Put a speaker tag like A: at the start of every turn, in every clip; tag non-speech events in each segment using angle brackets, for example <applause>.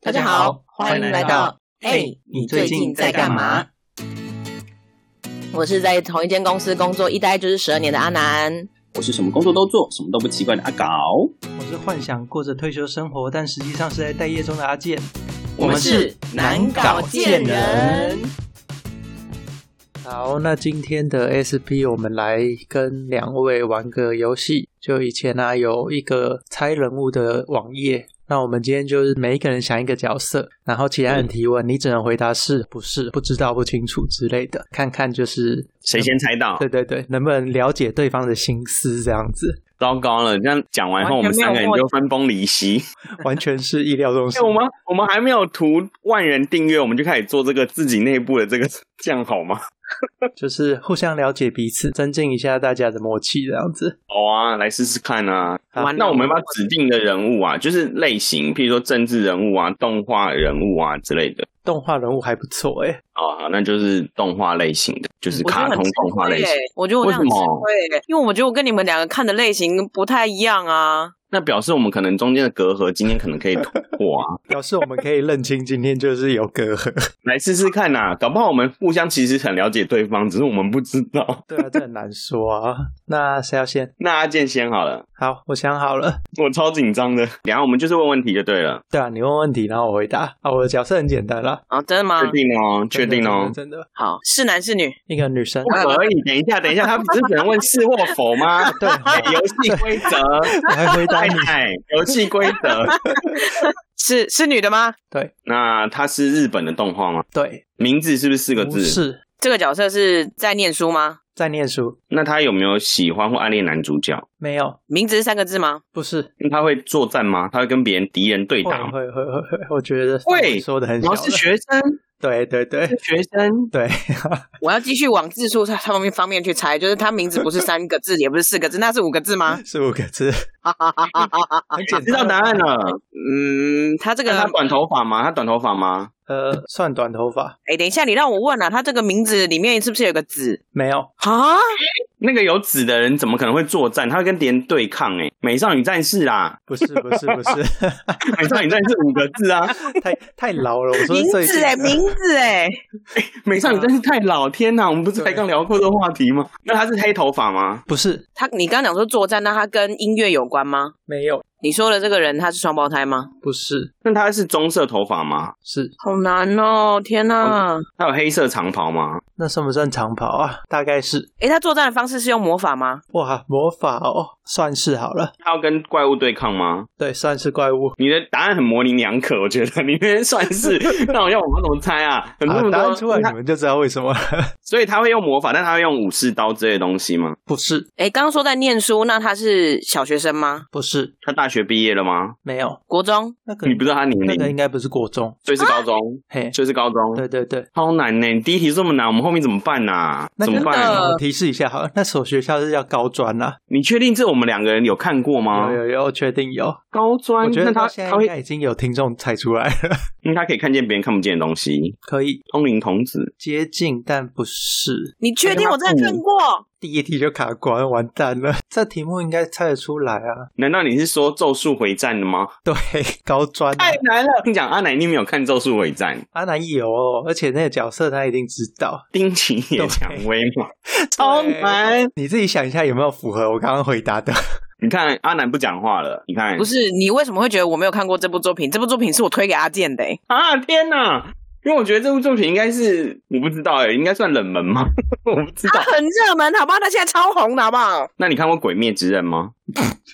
A: 大家好，欢迎来到。哎、
B: 哎，
A: 你最近在干嘛？我是在同一间公司工作一待就是十二年的阿南。
B: 我是什么工作都做，什么都不奇怪的阿搞。
C: 我是幻想过着退休生活，但实际上是在待业中的阿健。
B: 我们是难搞贱人。
C: 好，那今天的 SP 我们来跟两位玩个游戏。就以前呢、有一个猜人物的网页，那我们今天就是每一个人想一个角色，然后其他
A: 嗯
C: 人提问，你只能回答是不是、不知道、不清楚之类的，看看就是
B: 谁先猜到？
C: 对对对，能不能了解对方的心思这样子，
B: 糟糕了！这样讲完后，我
D: 完
B: 们
D: 全没有
B: 三个人
D: 默契
B: 就分崩离析。
C: 完全是意料中事
B: 哎，。我们我们还没有图万人订阅，我们就开始做这个自己内部的这个，这样好吗？
C: 就是互相了解彼此，增进一下大家的默契，这样子。
B: 好啊，来试试看啊！
C: 好
B: 那我们要不要指定的人物啊，就是类型，譬如说政治人物啊、动画人物啊之类的。
C: 动画人物还不错哎、
B: 哦，好那就是动画类型的，就是
D: 我觉
B: 卡
D: 得很
B: 通
D: 吃
B: 动画
D: 亏
B: 类型
D: 耶。我觉得我
B: 为
D: 这
B: 什
D: 样很吃
B: 么
D: 亏耶，因为我觉得我跟你们两个看的类型不太一样啊。
B: 那表示我们可能中间的隔阂，今天可能可以突破啊！
C: 表示我们可以认清今天就是有隔阂。
B: 来试试看呐、搞不好我们互相其实很了解对方，只是我们不知道。
C: 对啊，这很难说啊。那谁要先？
B: 那阿健先好了，
C: 好，我想好了。
B: 我超紧张的。然后我们就是问问题就对了，
C: 对啊，你问问题，然后我回答。啊，我的角色很简单啦。
D: 啊，真的吗
B: 确？定哦，确
C: 真的
B: 定哦。
C: 嗯真的真的，
D: 好，是男是女？
C: 一个女生
B: 不。可以，等一下，等一下，他不是只能问是或否吗？
C: <laughs> 对，
B: 哎游戏规则，
C: 我还回答
B: 太
C: 你。
B: 太，游戏规
C: <laughs>
B: 则。
D: 是是女的吗？
B: 那它是日本的动画吗？ <laughs>
C: 对，
B: 名字是不是四个
C: 不
B: 字？
C: 是
D: 这个角色是在念书吗？
C: 在念书，
B: 那他有没有喜欢或暗恋男主角？
C: 没有，
D: 名字是三个字吗？
C: 不是。
B: 那他会作战吗？他会跟别人敌人对
C: 会
B: 打吗？
C: 会会会会，我觉得
B: 会
C: 说的很
B: 然
C: 小
B: 后
C: 了。
B: 是学生，
C: 对对对
B: 是学生，
C: 对， <laughs>
D: 我要继续往字数上方面方面去猜，就是他名字不是三个字，也不是四个字，那是五个字 <laughs> 吗？
C: 是五个
B: <laughs>
C: 字，很简单。
B: 啊知道答案了。
D: 嗯，他这
B: 那他
D: 个，
B: 短头发吗？他短头发吗？
C: 呃，算短头发
D: 哎，等一下，你让我问啊，他这个名字里面是不是有个子
C: 没有？
D: 啊？
B: 那个有纸的人怎么可能会作战？他会跟敌人对抗、欸。美少女战士啦，
C: 不是不是不是，
B: <laughs>
C: <laughs>
B: 美少女战士五个字啊，
C: 太太老了。我说
D: 名
C: 最近
D: 字哎，名字哎，
B: 美少女战士太老，天哪！我们不是才刚聊过这个话题吗？那他是黑头发吗？
C: 不是
D: 他你刚刚讲说作战，那他跟音乐有关吗？
C: 没有，
D: 你说的这个人他是双胞胎吗？
C: 不是
B: 那他是棕色头发吗？
C: 是
D: 好难哦，天哪！
B: 他有黑色长袍吗？
C: 那算不算长跑啊？大概是
D: 诶，他作战的方式是用魔法吗？
C: 哇，魔法哦，算是好了，
B: 他要跟怪物对抗吗？
C: 对，算是怪物。
B: 你的答案很模棱两可，我觉得你那算是，那我要我们怎么猜啊？很多
C: 啊、
B: 人
C: 答
B: 说
C: 案出来
B: 他
C: 你们就知道为什
B: <laughs>
C: 么了。
B: 所以他会用魔法，但他会用武士刀之类的东西吗？
C: 不是
D: 诶，刚刚说在念书，那他是小学生吗？
C: 不是，
B: 他大学毕业了吗？
C: 没有
D: 国中？
C: 那个
B: 你不知道他年
C: 那
B: 龄，
C: 个应啊该不是国中，
B: 所以是高中，
C: 嘿，
B: 所以是高中。
C: 对对对，
B: 超难呢、第一题这么难，我们后面怎么办呐、啊
C: 那
B: 怎
C: 个
B: 么办？
D: 呃
C: 我提示一下好了，那所学校是叫高专啦、
B: 你确定这我们两个人有看过吗？
C: 有有有，确定有。
B: 高专，
C: 我觉得
B: 啊那他
C: 到现在
B: 他
C: 应
B: 会，
C: 该已经有听众猜出来了，
B: 因为他可以看见别人看不见的东西。
C: 可以
B: 通灵童子，
C: 接近，但不是。
D: 你确定我真的看过？
C: 第一题就卡关，完蛋了。 <laughs> 这题目应该猜得出来啊。
B: 难道你是说《咒术回战》的吗？
C: <laughs> 对，高专、啊、
B: 太难了！跟你讲，阿奶你没有看《咒术回战》，
C: 阿南有哦，而且那个角色他一定知
D: <laughs>
C: 道。
B: 丁崎也蔷薇嘛，超
D: Oh
C: <laughs>
B: 难。
C: 你自己想一下有没有符合我刚刚回答的？ <laughs>
B: 你看阿南不讲话了，你看
D: 不是，你为什么会觉得我没有看过这部作品？这部作品是我推给阿健的、诶欸
B: 啊，天哪！因为我觉得这部作品应该是我不知道哎，应该算冷门吗？ <laughs> 我不知
D: 它
B: 道。
D: 啊很热门，好不好？它现在超红的，好不好？
B: 那你看过《鬼灭之刃》吗？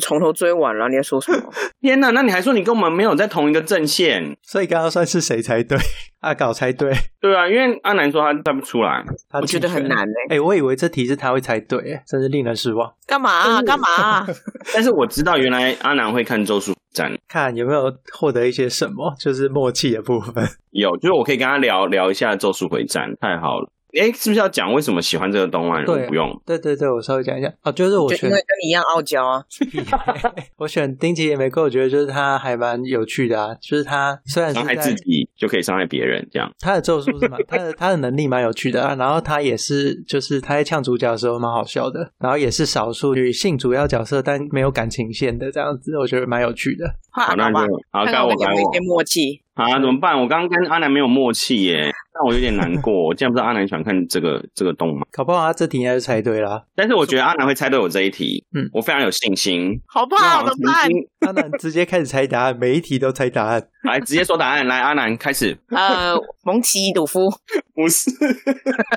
D: 从头追完了，你在说什么？
B: 天哪！那你还说你跟我们没有在同一个阵线？
C: 所以刚刚算是谁猜对？ <laughs> 阿搞猜对，
B: 对啊，因为阿南说他答不出来。
C: 他
D: 我觉得很
C: 弃权。
D: 难欸诶
C: 哎、我以为这题是他会猜对，哎真是令人失望。
D: 干嘛啊、干嘛啊、
B: 但是我知道原来阿南会看《咒术战》，
C: 看有没有获得一些什么，就是默契的部分。
B: 有，就是我可以跟他聊聊一下《咒术回战》，太好了。哎，是不是要讲为什么喜欢这个动漫？
D: 啊
C: 对
B: 我不用。
C: <laughs> 对对对，我稍微讲一下哦，就是我
D: 就
C: 选
D: 因为跟你一样傲娇啊。
C: <laughs> 我选丁奇野玫瑰，我觉得就是他还蛮有趣的啊，就是他虽然是
B: 伤害
C: 在
B: 自己就可以伤害别人，这样
C: 他的咒术
D: <laughs>
C: 是蛮，他的他的能力蛮有趣的、啊，然后他也是就是他在呛主角的时候蛮好笑的，然后也是少数女性主要角色但没有感情线的这样子，我觉得蛮有趣的。
D: 换阿
B: 那
D: 搞
B: 你
D: 啊吧，看
B: 就好，该
D: 看我
B: 我
D: 们有没有
B: 该
D: 一些
B: 我
D: 默契。
B: 啊，怎么办？我刚刚跟阿南没有默契
D: <laughs>
B: 耶，让我有点难过。我竟然不知道阿南喜欢看这个这个动漫，
C: 搞不好他这题应该是猜对啦。
B: 但是我觉得阿南会猜对我这一题，
C: 嗯
B: 我非常有信心。
D: 好怕，怎么
B: 因为好
D: 办
B: 像曾？经
C: 阿南直接开始猜答案，每一题都猜答案。
B: 来，直接说答案。来，阿南开始。
D: 呃，蒙奇鲁夫，
B: 不是。 <laughs>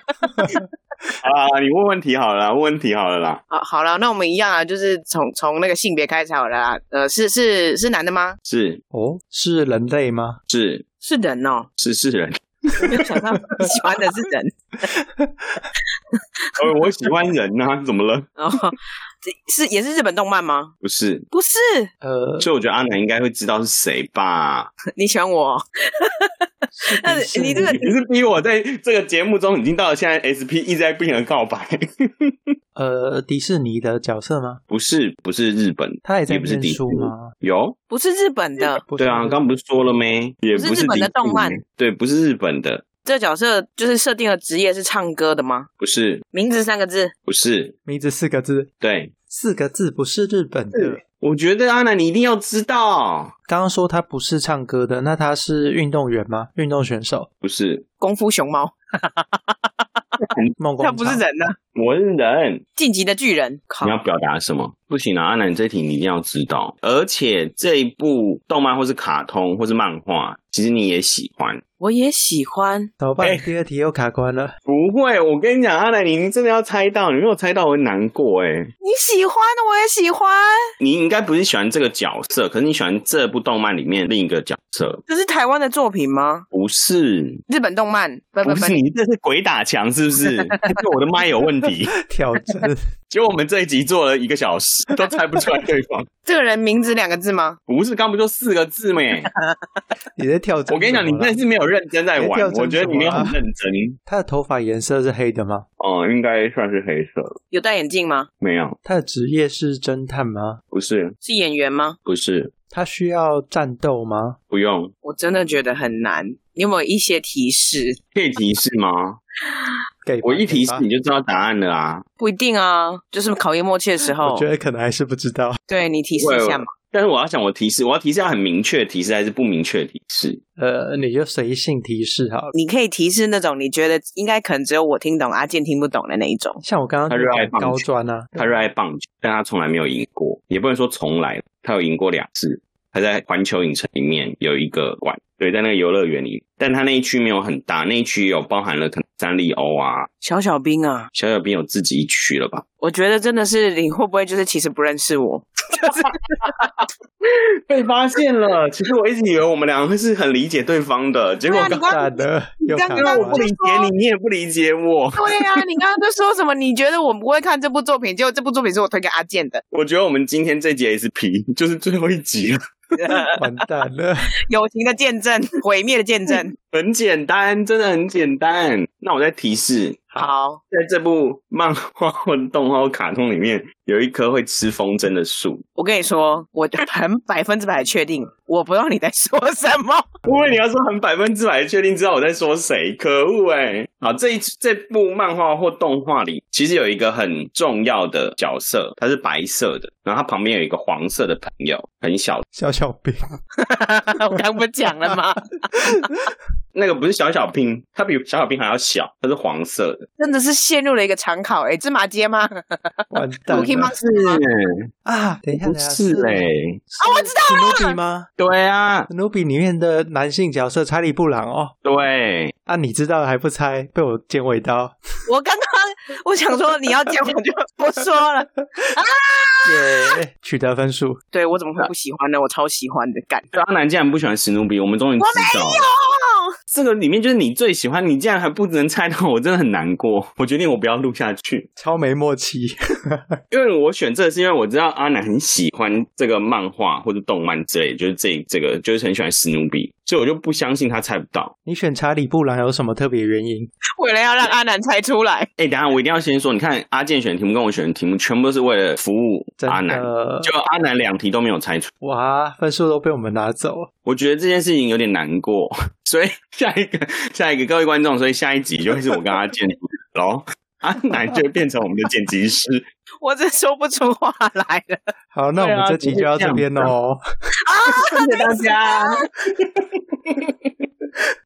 B: 啊，你问问题好了啦，问问题好了啦。
D: 好，好了，那我们一样啊，就是从从那个性别开始好了啦。呃，是是是男的吗？
B: 是
C: 哦，是人类吗？
B: 是
D: 是人哦，
B: 是是人，
D: 我没有想到你喜欢的是人
B: 哦， <laughs> 我喜欢人呐、怎么了？
D: 哦，这是也是日本动漫吗？
B: 不是，
D: 不是，
C: 呃，
B: 所以我觉得阿南应该会知道是谁吧？ <laughs>
D: 你喜欢我哦？那
C: 是
D: 呃你这个
B: 你是逼我在这个节目中已经到了现在，SP 一直在不停的告白。
C: 呃迪士尼的角色吗？
B: 不是，不是日本，
C: 他也在
B: 也不是
C: 念
B: 迪士
C: 书
B: 尼
C: 吗？
B: 有
D: 不是日本的，
C: 不是
B: 对啊，刚不是说了没？也
D: 不是
B: 不
D: 日本的
B: 迪士尼
D: 动漫，
B: 对，不是日本的，
D: 这角色就是设定的职业是唱歌的吗？
B: 不是，
D: 名字三个字，
B: 不是，
C: 名字四个字，
B: 对。
C: 四个字不是日本的。
B: 我觉得阿南你一定要知道，
C: 刚刚说他不是唱歌的，那他是运动员吗？运动选手？
B: 不是，
D: 功夫熊猫，
C: 梦工
D: 他
C: 厂
D: 不是人呢、
B: 我是人，
D: 晋级的巨人，靠
B: 啊你，要表达什么？不行啊，阿南这一题你一定要知道。而且这一部动漫或是卡通或是漫画，其实你也喜欢。
D: 我也喜欢，
C: 怎么办？
B: 哎
C: 第二题又卡关了。 <laughs>
B: 不会，我跟你讲，阿南，你真的要猜到，你没有猜到我会难过哎、
D: 你喜欢，我也喜欢，
B: 你应该不是喜欢这个角色，可是你喜欢这部动漫里面另一个角色，
D: 这是台湾的作品吗？
B: 不是？
D: 日本动漫，不不
B: 不
D: 不
B: 是，，你这是鬼打墙是不
D: <laughs>
B: 是？是我的麦有问题。
C: 挑
B: <laughs>
C: 战
B: 结果我们这一集做了一个小时，都猜不出来对方。
D: 这个人名字两个字吗？
B: 不是，刚不就四个字咩？
C: 你在挑战
B: 我跟你讲，你
C: 什么
B: 真
C: 啦
B: 的是没有认真在
C: 你在
B: 玩
C: 跳，针
B: 我觉得你没有很认真。
C: 他的头发颜色是黑的吗？
B: 哦，应该算是黑色的，
D: 有戴眼镜吗？
B: 没有，
C: 他的职业是侦探吗？
B: 不是，
D: 是演员吗？
B: 不是，
C: 他需要战斗吗？
B: 不用，
D: 我真的觉得很难，你有没有一些提示？
B: 可以提示吗？
C: 给吧
B: 我一提
C: 给
B: 示
C: 吧
B: 你就知道答案了啊。
D: 不一定啊，就是考验默契的时候
C: 我，觉得可能还是不知道。
D: 对你提示一下嘛。
B: 但是我要想，我提示，我要提示要很明确的提示还是不明确的提示？
C: 呃，你就随性提示好了。
D: 你可以提示那种你觉得应该可能只有我听懂，阿健听不懂的那一种。
C: 像我刚刚
B: 他热爱
C: 讲高专啊，
B: 他热爱棒球，但他从来没有赢过，也不能说从来，他有赢过两次。他在环球影城里面有一个馆，对，在那个游乐园里，但他那一区没有很大，那一区有包含了可能三丽鸥啊，
D: 小小兵啊，
B: 小小兵有自己一区了吧？
D: 我觉得真的是你会不会就是其实不认识我？
B: 被发现了。其实我一直以为我们两个会是很理解对方的，结果
D: 对啊你
B: 刚
D: 刚
C: 大的又卡
D: 你刚
B: 刚
D: 刚
B: 我
C: 关
B: 不理解你，你也不理解我。
D: 对呀、 <laughs> 你刚刚就说什么？你觉得我不会看这部作品，结果这部作品是我推给阿健的，
B: <laughs> 我觉得我们今天这集 SP 就是最后一集了，
C: 完蛋了。
D: 友情的见 <laughs> 证，毁灭的见证。
B: 很简单，真的很简单。那我再提示，
D: <laughs> 好，
B: 在这部漫画或动画或卡通里面，有一棵会吃风筝的树。
D: 我跟你说，我很百分之百确定，我不知道你在说什么。 <laughs>
B: 因为你要说很百分之百确定知道我在说谁，可恶哎、好，这一这部漫画或动画里，其实有一个很重要的角色，他是白色的，然后他旁边有一个黄色的朋友，很小，
C: 小小兵，
D: 我刚不讲了吗？
B: 那个不是小小兵，他比小小兵还要小，他是黄色的。
D: 真的是陷入了一个常考，哎，芝麻街吗？
C: 完
B: <laughs>
C: 蛋
D: 我可以吗
C: 了
B: 是，
C: 啊！等一下，
B: 不
C: 等一下
B: 是哎、
C: 啊，我知道了，史努比吗？
B: 对啊，
C: 史努比里面的男性角色查理布朗哦。
B: 对，
C: 啊，你知道了还不猜，被我剪尾刀，
D: <laughs> 我刚刚我想说你要讲，我就不说了。
C: 耶， <laughs> 取得分数。
D: 对我怎么会不喜欢呢？我超喜欢的，干。
B: 对阿南竟然不喜欢史努比，我们终于知道了。这个里面就是你最喜欢，你竟然还不能猜到，我真的很难过。 <laughs> 我决定我不要录下去。
C: 超没默契， <laughs>
B: 因为我选这个是因为我知道阿南很喜欢这个漫画或者动漫之类，就是这这个就是很喜欢史努比，所以我就不相信他猜不到。
C: 你选查理布朗有什么特别原因？
D: <laughs> 为了要让阿南猜出来，
B: 哎、等一下我一定要先说，你看阿健选的题目跟我选的题目全部都是为了服务
C: 真
B: 阿南，
C: 的，
B: 就阿南两题都没有猜出，
C: 哇，分数都被我们拿走。
B: 我觉得这件事情有点难过， <laughs> 所以下一个 <laughs> 下一个各位观众，所以下一集就会是我跟阿健喽， <laughs> 啊阿南就会变成我们的剪辑师。 <laughs>
D: 我真说不出话来了。
C: 好，那我
B: 对啊
D: <laughs>
C: 哦们这集就到这边喽。
B: 谢谢大家。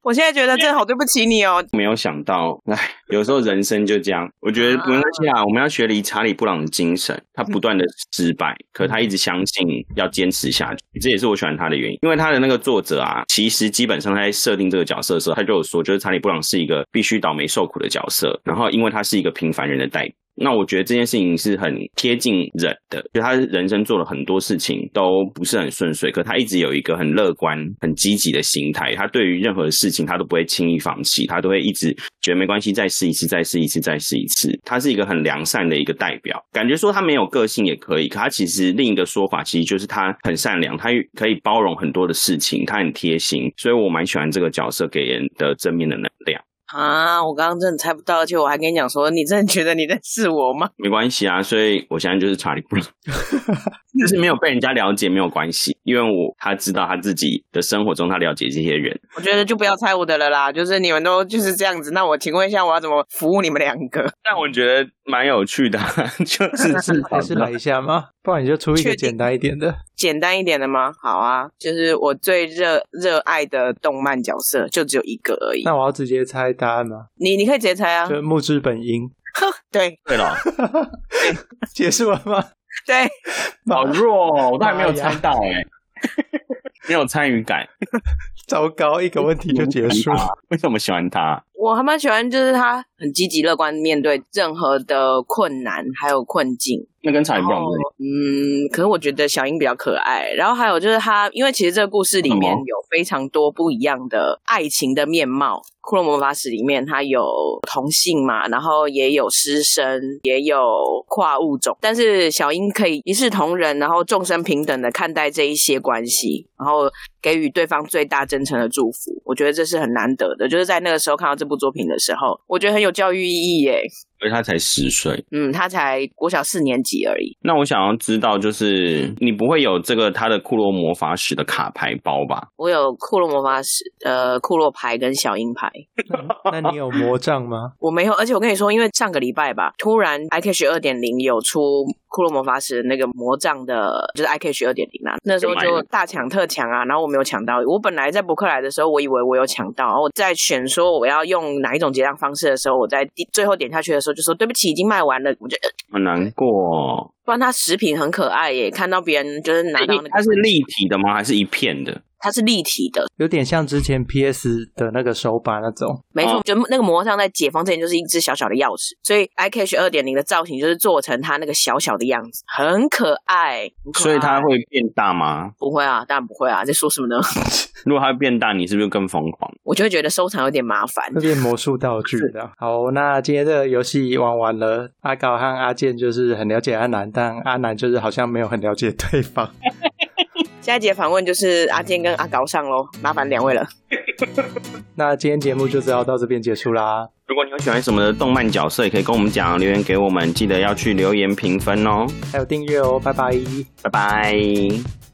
D: 我现在觉得真的好对不起你哦。
B: 没有想到，唉，有时候人生就这样。我觉得没关系啊，我们要学理查理布朗的精神。他不断的失败，可他一直相信要坚持下去，这也是我喜欢他的原因。因为他的那个作者啊，其实基本上他在设定这个角色的时候，他就有说，就是查理布朗是一个必须倒霉受苦的角色，然后因为他是一个平凡人的代表。那我觉得这件事情是很贴近人的，就他人生做了很多事情都不是很顺遂，可他一直有一个很乐观、很积极的心态。他对于任何事情他都不会轻易放弃，他都会一直觉得没关系，再试一次，再试一次，再试一次。他是一个很良善的一个代表，感觉说他没有个性也可以，可他其实另一个说法其实就是他很善良，他可以包容很多的事情，他很贴心，所以我蛮喜欢这个角色给人的正面的能量。
D: 啊，我刚刚真的猜不到，而且我还跟你讲说，你真的觉得你认识我吗？
B: 没关系啊，所以我现在就是查理
C: <laughs>
B: 布朗，就是没有被人家了解没有关系，因为我他知道他自己的生活中他了解这些人，
D: 我觉得就不要猜我的了啦，就是你们都就是这样子。那我请问一下，我要怎么服务你们两个？
B: 但我觉得蛮有趣的啊、 <laughs> 就是至少
C: 还是来一下吗？不然你就出一
D: 确
C: 个
D: 定
C: 简单一点的。
D: 简单一点的吗？好啊，就是我最热热爱的动漫角色就只有一个而已。
C: 那我要直接猜答案吗？
D: 你你可以直接猜啊，
C: 就木之本樱。
D: 对
B: 对了，
C: <laughs> 结束了吗？
D: 对，
B: 好弱哦，我都还没有
C: 妈呀
B: 猜到哎、没有参与感，
C: 糟糕，一个问题就结束。
B: <laughs> 为什么喜欢他？
D: 我还蛮喜欢，就是他很积极乐观面对任何的困难还有困境。
B: 那跟查理布朗
C: 哦
D: 然后
B: 不一样
D: 嗯，可是我觉得小樱比较可爱。然后还有就是她，因为其实这个故事里面
B: 什么
D: 有非常多不一样的爱情的面貌。骷髅魔法使里面它有同性嘛，然后也有师生，也有跨物种，但是小樱可以一视同仁，然后众生平等的看待这一些关系，然后给予对方最大真诚的祝福。我觉得这是很难得的，就是在那个时候看到这部作品的时候，我觉得很有教育意义耶。
B: 而且他才十岁。
D: 嗯，他才国小四年级而已。
B: 那我想要知道，就是你不会有这个他的库洛魔法使的卡牌包吧？
D: 我有库洛魔法使，呃，库洛牌跟小鹰牌，
C: 那你有魔杖吗？
D: 我没有。而且我跟你说，因为上个礼拜吧，突然 IKH 二点零有出库洛魔法使的那个魔杖的，就是 IKH 二点零啦。那时候
B: 就买
D: 就
B: 了
D: 大抢特抢啊，然后我没有抢到。我本来在博客来的时候，我以为我有抢到，然后我在选说我要用哪一种结账方式的时候，我在第最后点下去的时候就说对不起，已经卖完了。我就、呃
B: 好难过、哦。
D: 不然它实品很可爱耶，看到别人就是拿到那个，
B: 它是立体的吗？还是一片的？
D: 它是立体的，
C: 有点像之前 PS 的那个手把那种，
D: 没错
B: 哦，
D: 就那个魔杖在解封之前就是一只小小的钥匙，所以 iCash 二点零的造型就是做成它那个小小的样子，很可爱。很可爱
B: 所以它会变大吗？
D: 不会啊，当然不会啊，在说什么呢？ <laughs>
B: 如果它变大，你是不是更疯狂？
D: 我就会觉得收藏有点麻烦
C: 那。变魔术道具的。好，那今天这个游戏玩完了，阿高和阿健就是很了解阿南，但阿南就是好像没有很了解对方。 <laughs>
D: 下一节访问就是阿健跟阿高上喽，麻烦两位了。
C: 那今天节目就只好到这边结束啦。
B: 如果你有喜欢什么的动漫角色，也可以跟我们讲，留言给我们，记得要去留言评分哦。
C: 还有订阅哦，拜拜。
B: 拜拜。